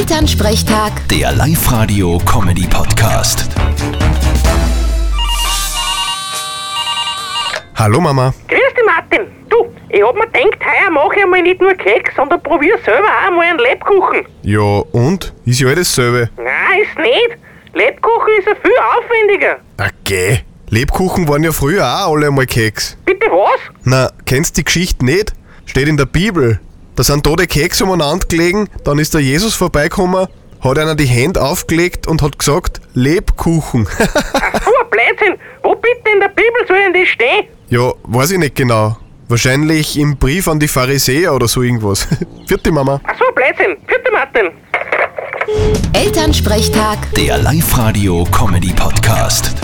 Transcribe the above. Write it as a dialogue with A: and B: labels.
A: Elternsprechtag,
B: Der Live-Radio-Comedy-Podcast.
C: Hallo Mama.
D: Grüß dich, Martin. Du, ich hab mir gedacht, heuer mache ich einmal nicht nur Keks, sondern probier selber auch mal einen Lebkuchen.
C: Ja, und? Ist ja eh dasselbe.
D: Nein, ist nicht. Lebkuchen ist ja viel aufwendiger.
C: Okay. Lebkuchen waren ja früher auch alle einmal Keks.
D: Bitte was?
C: Na, kennst die Geschichte nicht? Steht in der Bibel. Da sind tote Keks umeinander gelegen, dann ist der Jesus vorbeigekommen, hat einer die Hände aufgelegt und hat gesagt, Lebkuchen.
D: Ach so, ein Blödsinn. Wo bitte in der Bibel soll denn das stehen?
C: ja, weiß ich nicht genau. Wahrscheinlich im Brief an die Pharisäer oder so irgendwas. Vierte Mama.
D: Ach so, ein Blödsinn. Bitte, Martin.
A: Elternsprechtag.
B: Der Live-Radio-Comedy-Podcast.